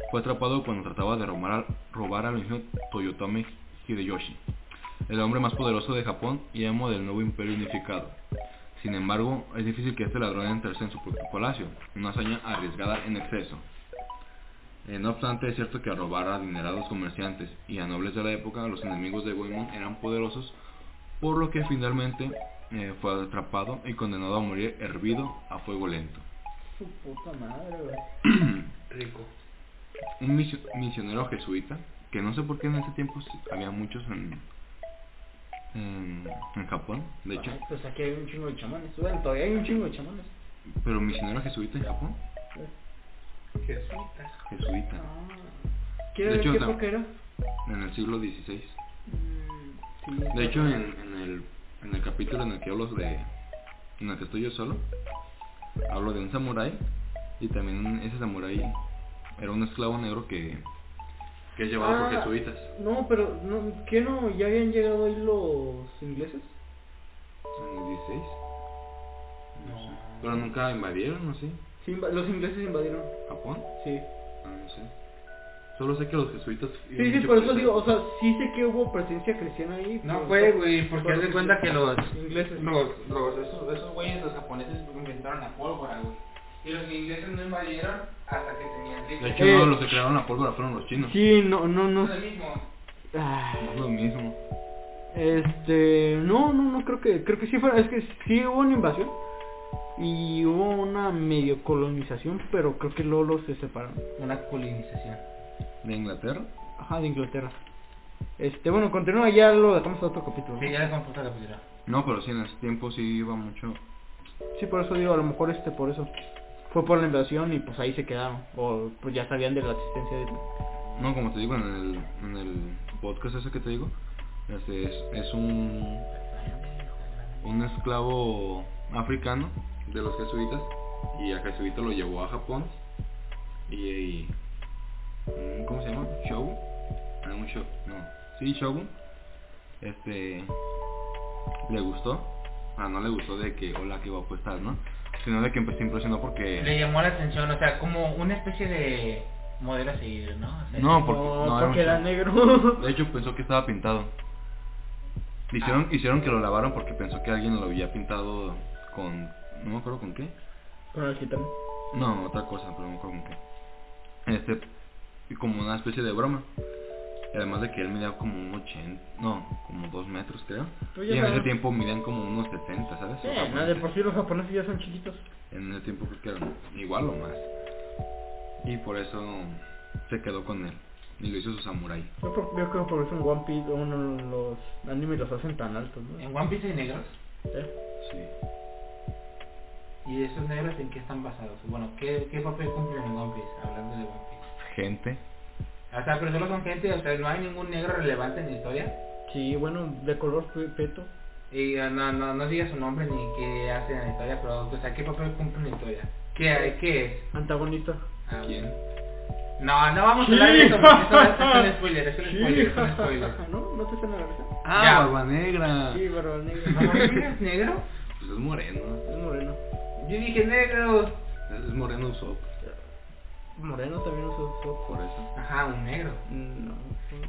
fue atrapado cuando trataba de robar al, robar al mismo Toyotomi Hideyoshi, el hombre más poderoso de Japón y amo del nuevo imperio unificado. Sin embargo, es difícil que este ladrón entrase en su propio palacio, una hazaña arriesgada en exceso. Eh, no obstante, es cierto que al robar a adinerados comerciantes y a nobles de la época, los enemigos de Goemon eran poderosos por lo que finalmente eh, fue atrapado y condenado a morir hervido a fuego lento. Su puta madre, güey. Rico. Un misio- misionero jesuita, que no sé por qué en ese tiempo sí había muchos en, en, en Japón, de hecho, Ay, Pues aquí hay un chingo de chamanes. Bueno, todavía hay un chingo de chamanes. pero misionero jesuita en Japón, Jesuitas. jesuita, Ah. ¿Quieres Ah. De ver hecho, qué tam- época era? en el siglo XVI. Mm, sí, De está- hecho, en, en el, en el capítulo en el que hablo de... en el que estoy yo solo, hablo de un samurái y también ese samurái era un esclavo negro que, que es llevado por Ah. jesuitas. No, pero, no, ¿qué no? ¿Ya habían llegado ahí los ingleses? ¿En el 16? No sé. Pero nunca invadieron, no sé. Sí, inva- los ingleses invadieron. Japón, Sí. Ah, no sé. Solo sé que los jesuitas. Sí, sí, por eso digo, o sea, sí sé que hubo presencia cristiana ahí. No pero- fue, güey, porque haz de Porque- cuenta que los. Ingleses. Los, los, esos, esos güeyes, los japoneses, inventaron la pólvora, güey. Y los ingleses no invadieron hasta que tenían De rifles. hecho, eh, no, los que crearon la pólvora fueron los chinos. Sí, no, no, no. Es lo mismo. Ah, Es lo mismo. Este, no, no, no creo que, creo que sí fue, es que sí hubo una invasión y hubo una medio colonización, pero creo que luego los se separaron. Una colonización. ¿De Inglaterra? Ajá, de Inglaterra. Este, bueno, continúa, ya lo dejamos a otro capítulo. ¿no? Sí, ya les han puesto la pólvora. No, pero sí, en ese tiempo sí iba mucho. Sí, por eso digo, a lo mejor este, por eso. Fue por la invasión y pues ahí se quedaron. O pues ya sabían de la existencia de... No, como te digo, en el, en el podcast ese que te digo, este es, es un, un esclavo africano de los jesuitas y a jesuita lo llevó a Japón y, y- mm, ¿cómo se llama? Shogun. Ah, un show, no. Sí, Shogun. Este le gustó. Ah, no le gustó de que hola que va a estar, ¿no? Sino de que empe- se impresionó Le porque llamó la atención, o sea, como una especie de modelo a seguir, ¿no? O sea, no, porque no era un porque era shogun. negro. De hecho pensó que estaba pintado. Hicieron, Ah. hicieron que lo lavaron porque pensó que alguien lo había pintado con... No me acuerdo con qué. Con el gitano. No, otra cosa, pero no me acuerdo con qué. Este, y como una especie de broma. Y Además de que él medía como un 80, no, como 2 metros creo. Pues Y ya en ese sabemos. tiempo midían como unos 70, ¿sabes? Sí, Los no, de japoneses. por sí los japoneses ya son chiquitos. En ese tiempo creo que eran igual o más. Y por eso se quedó con él. Y lo hizo su samurái. Yo, por- yo creo que por eso en One Piece uno, los animes los hacen tan altos, ¿no? En One Piece hay negros. ¿Eh? Sí. ¿Y esos negros en qué están basados? Bueno, ¿qué, qué papel cumplen en One Piece? Hablando de One Piece. Gente. O sea, pero solo son gente, o sea, no hay ningún negro relevante en la historia. Sí, bueno, de color pe- peto. Y ah, no, no, no diga su nombre ni qué hacen en la historia, pero, o sea, ¿qué papel cumplen en la historia? ¿Qué, qué es? Antagonista. Ah, ¿Quién? No, no vamos a hablar de eso, porque eso es- es un spoiler, es un spoiler, es un spoiler. ¿No? ¿No te suena la Ah. verdad? Ah, Ya. barba negra. Sí, barba negra. ¿No es negro? Pues es moreno. Es moreno. Yo dije negro. Es es moreno usó Moreno también usa usa- por eso. Ajá, un negro. No.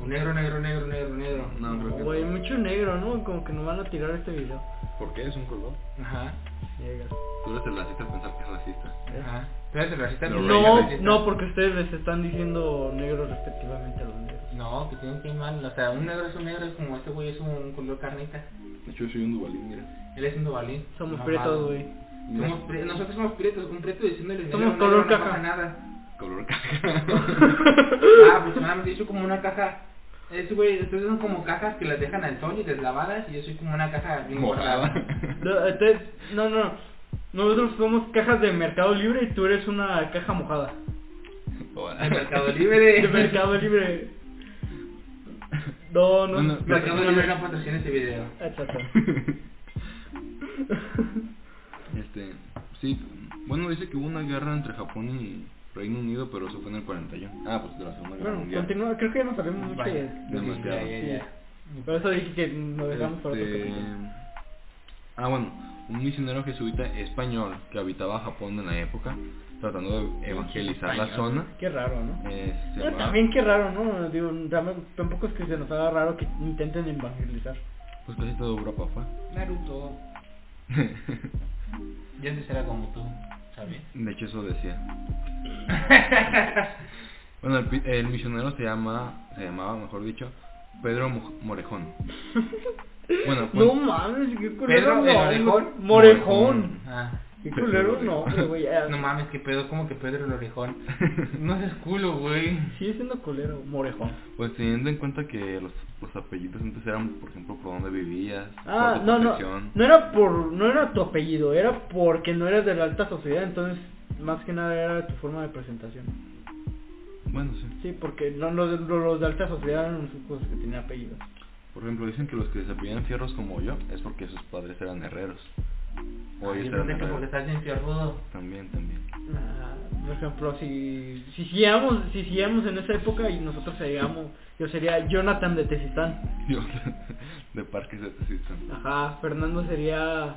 Un negro, negro, negro, negro, negro. No, creo que Güey, no. mucho negro, ¿no? Como que nos van a tirar este video. ¿Por qué es un color? Ajá, Llega. Tú eres el racista al pensar que es racista. ajá. ¿Tú eres el racista? No, ¿Tú eres el No, racista? no, porque ustedes les están diciendo negros respectivamente a los negros. No, que tienen que ir mal. O sea, un negro es un negro, es como este güey es un color carnita. De hecho, yo soy un dubalín, mira. Él es un dobalín. Somos No, pretos, mames. güey. Somos pre- Nosotros somos pretos, un preto diciéndole Somos negro, color negro, no caja. pasa nada. Color caca. Ah, pues nada más, yo soy como una caja. Ese güey, ustedes son como cajas que las dejan al sol y deslavadas y yo soy como una caja bien Mojada. guardada. No, eh, entonces, no, no. Nosotros somos cajas de Mercado Libre y tú eres una caja mojada. De Mercado De Libre. Mercado Libre. No, no. No, no, Mercado Libre no patrocina este video. Exacto. Este, sí. Bueno, dice que hubo una guerra entre Japón y Reino Unido, pero eso fue en el 41. Ah, pues de la Segunda Guerra Bueno, Mundial. continúa. Creo que ya no sabemos mucho Vaya, de... demasiado. Ya, ya, ya. Sí. Por eso dije que nos dejamos para otro Este, capítulo. Ah, bueno, un misionero jesuita español que habitaba Japón en la época, tratando de evangelizar la zona. Qué raro, ¿no? eh, se Pero llamaba- también qué raro, ¿no? Digo, tam- tampoco es que se nos haga raro que intenten evangelizar. Pues casi todo Europa fue. Naruto. Yo antes era como tú, ¿sabes? De hecho, eso decía. Bueno, el, pi- el misionero se llama, se llamaba, mejor dicho, Pedro Mo- Morejón. Bueno, pues, fue No un- mames, qué culero Pedro no. el Orejón. Morejón. Ah. Qué Pedro culero el no, Orejón. güey. ah, No mames, que pedo, como que Pedro el orejón. No seas culo, güey. Sigue siendo culero, morejón. pues teniendo en cuenta que los, los apellidos antes eran, por ejemplo, por dónde vivías, Ah, por tu no, no. profesión. No era por no era tu apellido, era porque no eras de la alta sociedad, entonces más que nada era tu forma de presentación. Bueno, sí. Sí, porque no los, los- los de alta sociedad eran los únicos que tenían apellidos. Por ejemplo, dicen que los que se apellidan fierros como yo es porque sus padres eran herreros. O Yo ellos pensé eran que porque herreros. estás bien fierrudo. También, también. Ah, por ejemplo, si si siguiéramos si siguiéramos en esa época y nosotros seríamos yo sería Jonathan de Tezistán. Yo, de parques de Tezistán. Ajá, Fernando sería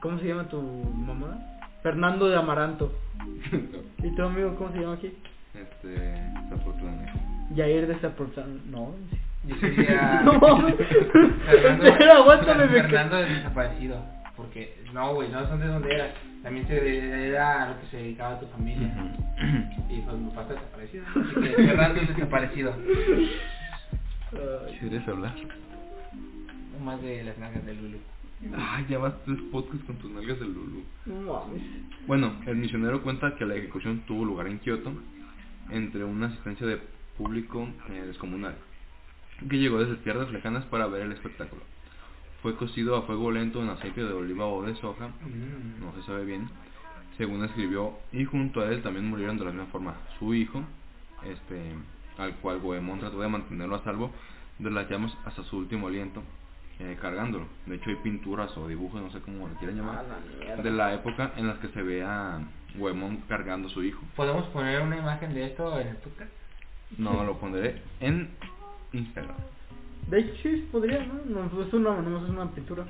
¿Cómo se llama tu mamá? Fernando de Amaranto. ¿Y tu amigo cómo se llama aquí? Este, Zapotlán. eh. Yair de Zapotlán. No. Yo sería. No. Fernando, Pero aguántame, me- Fernando el desaparecido. Porque, no, güey, no son de dónde era. También se era a lo que se dedicaba a tu familia. Y pues mi papá está desaparecido. Así que Fernando el desaparecido. Ay, ¿Quieres hablar? Más de las nalgas de Lulu. Ay, ya vas tres podcasts con tus nalgas de Lulu. no mames. Bueno, el misionero cuenta que la ejecución tuvo lugar en Kioto entre una asistencia de público eh, descomunal que llegó desde tierras lejanas para ver el espectáculo. Fue cocido a fuego lento en aceite de oliva o de soja, Mm. no se sabe bien, según escribió, y junto a él también murieron de la misma forma su hijo, este, al cual Goemon trató de mantenerlo a salvo de las llamas hasta su último aliento, eh, cargándolo. De hecho hay pinturas o dibujos, no sé cómo le quieran llamar, de la época en las que se ve a Goemon cargando a su hijo. ¿Podemos poner una imagen de esto en el podcast? No lo pondré en Instagram. De hecho, sí, podría, ¿no? No, es una, no es una pintura.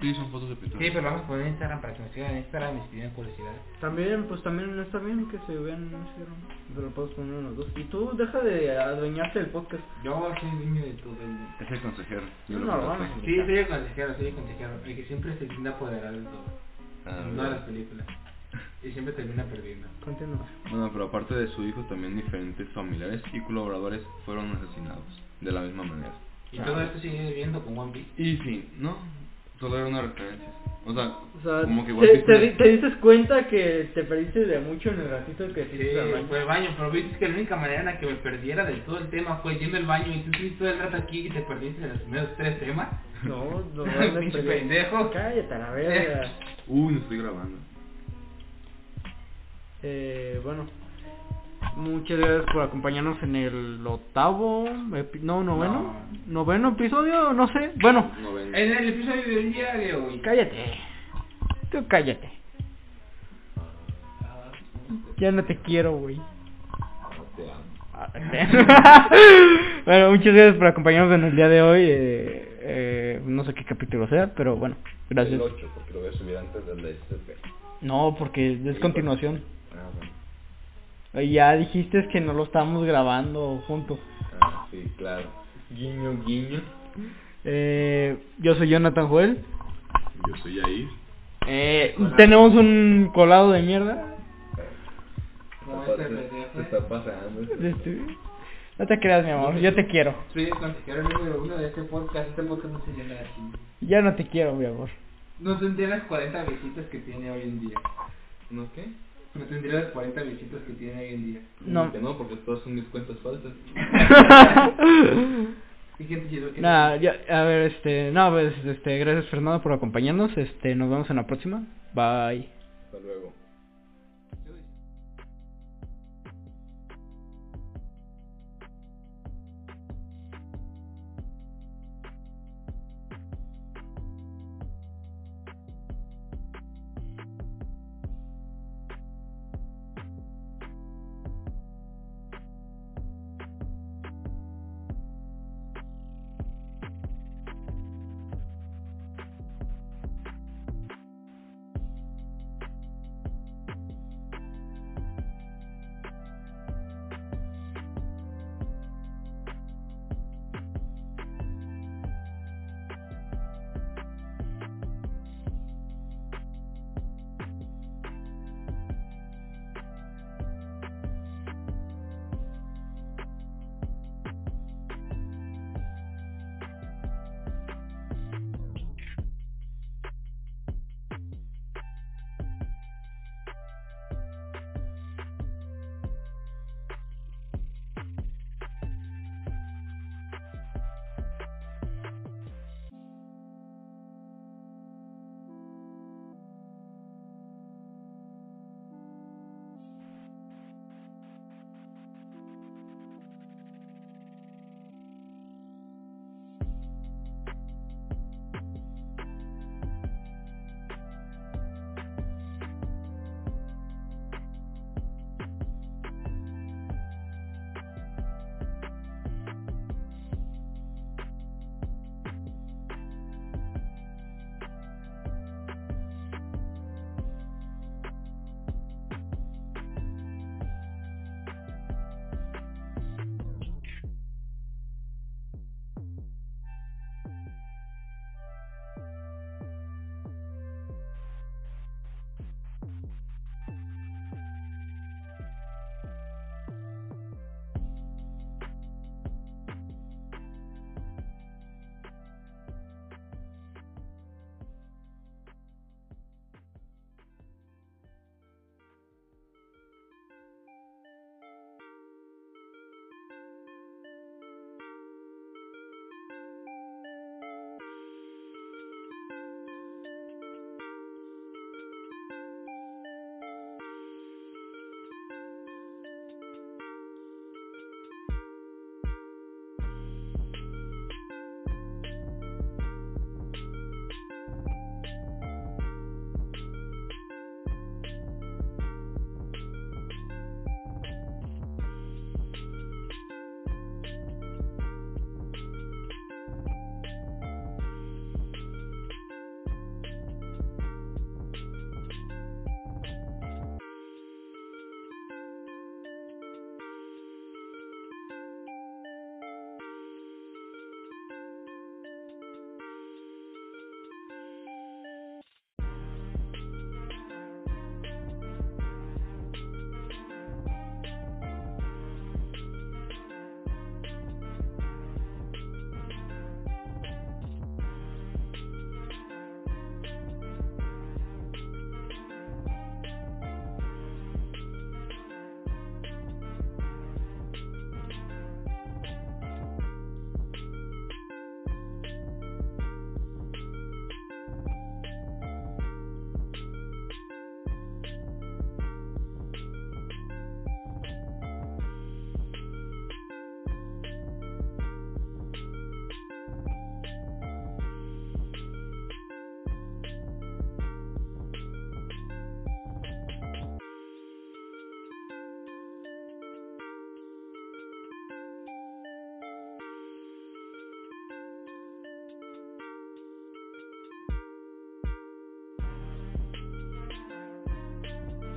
Sí, son fotos de Sí, pintura. pero vamos a poner en Instagram para que nos sigan en Instagram y si tienen curiosidad. También, pues también está bien que se vean, no sé, ¿no? pero puedes poner unos dos. Y tú deja de adueñarte del podcast. Yo soy el niño de tu del- Es el consejero. No, lo no, conozco. vamos. Sí, soy el consejero, soy el consejero. El que siempre se tiende a apoderar de todo. Ah, No de las películas. Y siempre termina perdiendo. Continúa. Bueno, pero aparte de su hijo, también diferentes familiares y colaboradores fueron asesinados de la misma manera. Y todo esto sigue viviendo con One Piece. Y sí, ¿no? Solo era una referencia. O sea, O sea, como que igual te, te, di- te dices cuenta que te perdiste de mucho en el ratito que te Sí, hiciste al baño. fue al baño, pero viste que la única manera en la que me perdiera del todo el tema fue yendo al baño y tú estuviste todo el rato aquí y te perdiste de los primeros tres temas. No, no, no. Pinche pendejo. Cállate a la verga. Uy, no estoy grabando. Eh, bueno. Muchas gracias por acompañarnos en el octavo, epi- no, noveno, noveno episodio, no sé. Bueno, No ven. En el episodio del día de hoy. cállate. Tú cállate. Ya no te quiero, güey. bueno, muchas gracias por acompañarnos en el día de hoy. eh, eh, no sé qué capítulo sea, pero bueno, gracias. El 8, porque lo voy a subir antes del de este. No, porque es continuación. Ah, bueno. Ay, Ya dijiste que no lo estábamos grabando juntos. Ah, sí, claro. Guiño, guiño. Eh, yo soy Jonathan Joel. Yo soy ahí. Eh, tenemos un colado de mierda. No, Aparte, este pendejo, se eh. está pasando. Este, No te creas, mi amor, yo te quiero. Soy el consejero número uno de este podcast. Este podcast no se llena de ti. Ya no te quiero, mi amor. No tendría las 40 visitas que tiene hoy en día. ¿No qué? No tendría las 40 visitas que tiene hoy en día. No. Que no, porque todas son mis cuentas falsas. Y gente chido que Nada, ya, a ver, este, no, pues, este, gracias Fernando por acompañarnos. Este, nos vemos en la próxima. Bye. Hasta luego.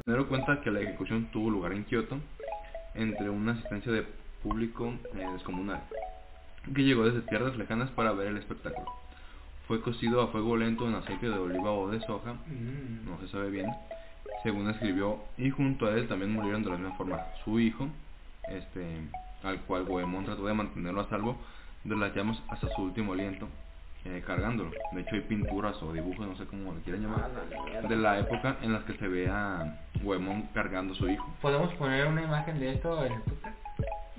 dieron cuenta que la ejecución tuvo lugar en Kioto entre una asistencia de público eh, descomunal que llegó desde tierras lejanas para ver el espectáculo. Fue cocido a fuego lento en aceite de oliva o de soja, Mm. no se sabe bien, según escribió, y junto a él también murieron de la misma forma su hijo, este, al cual Goemon trató de mantenerlo a salvo de las llamas hasta su último aliento, eh, cargándolo. De hecho hay pinturas o dibujos, no sé cómo le quieran llamar, Ah, de la época en las que se ve a Goemon cargando a su hijo. ¿Podemos poner una imagen de esto en el podcast?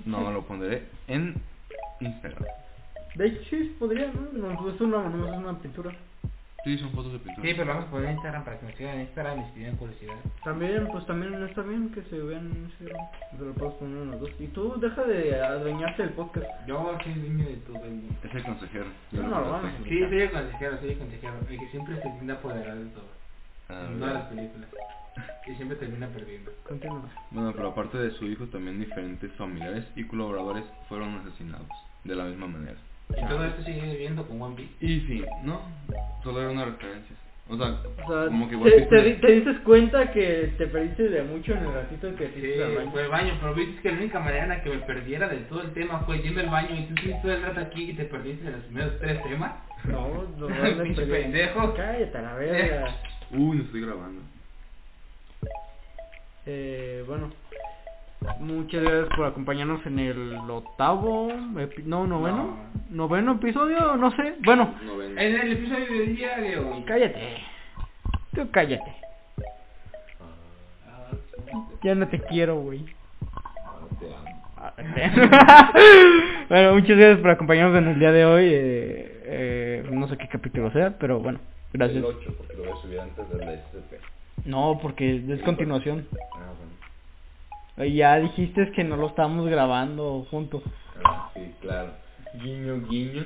No, lo pondré en Instagram. De hecho, sí, podría, ¿no? No, es una, no es una pintura. Sí, son fotos de pintura. Sí, pero vamos a poner en Instagram para que nos sigan en Instagram y si tienen curiosidad. También, pues también no está bien que se vean en Instagram. Pero lo puedes poner en los dos. Y tú deja de adueñarte del podcast. Yo soy dueño de todo el mundo. Es el consejero. Es normal. Sí, soy el consejero, soy el consejero. El que siempre se tiende a apoderar de todo. Ah, En todas las películas. Y siempre termina perdiendo. Continúa. Bueno, pero aparte de su hijo, también diferentes familiares y colaboradores fueron asesinados de la misma manera. Y todo esto sigue viviendo con One Piece. Y sí, ¿no? Solo era una referencia. O sea, O sea, como que te, One Piece te no- di- te dices cuenta que te perdiste de mucho en el ratito que te Sí, hiciste al baño. fue al baño, pero viste que la única manera en la que me perdiera de todo el tema fue yendo al baño y tú estuviste todo el rato aquí y te perdiste de los primeros tres temas. No, no, no Pinche estoy bien. pendejo. Cállate a la verga. Uy, no estoy grabando. Eh, bueno, muchas gracias por acompañarnos en el octavo, epi- no, noveno, noveno episodio, no sé. Bueno, No ven. Eh, En el episodio del día de hoy. cállate. Tú cállate. Ah. Ya no te quiero, güey. Ah, te- bueno, muchas gracias por acompañarnos en el día de hoy. eh, eh, no sé qué capítulo sea, pero bueno, gracias. El 8, porque lo voy a subir antes del SCP. No, porque es continuación. Ah, bueno. Ay, Ya dijiste que no lo estábamos grabando juntos. Ah, sí, claro. Guiño, guiño.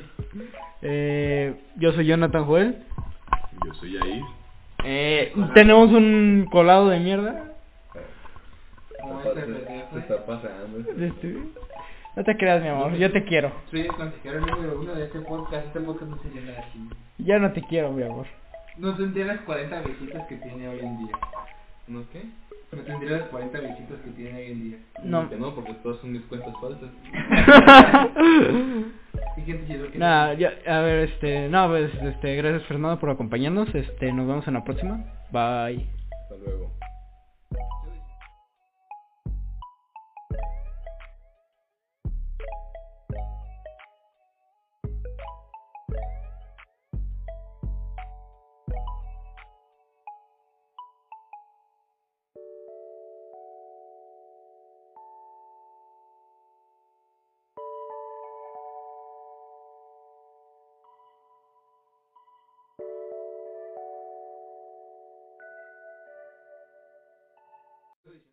Eh, yo soy Jonathan Joel. Yo soy ahí. Eh, tenemos un colado de mierda. Como Se este está- pendejo. se eh. está pasando. Este, No te creas, mi amor, yo te quiero. Soy el consejero número uno de este podcast. Este podcast no se llena de aquí. Ya no te quiero, mi amor. No tendría las 40 visitas que tiene hoy en día. ¿No qué? No tendría las 40 visitas que tiene hoy en día. No. Que no, porque todas son mis cuentas falsas. ¿Y qué te quiero que Nada, ya, a ver, este, no, pues, este, gracias Fernando por acompañarnos. Este, nos vemos en la próxima. Bye. Hasta luego.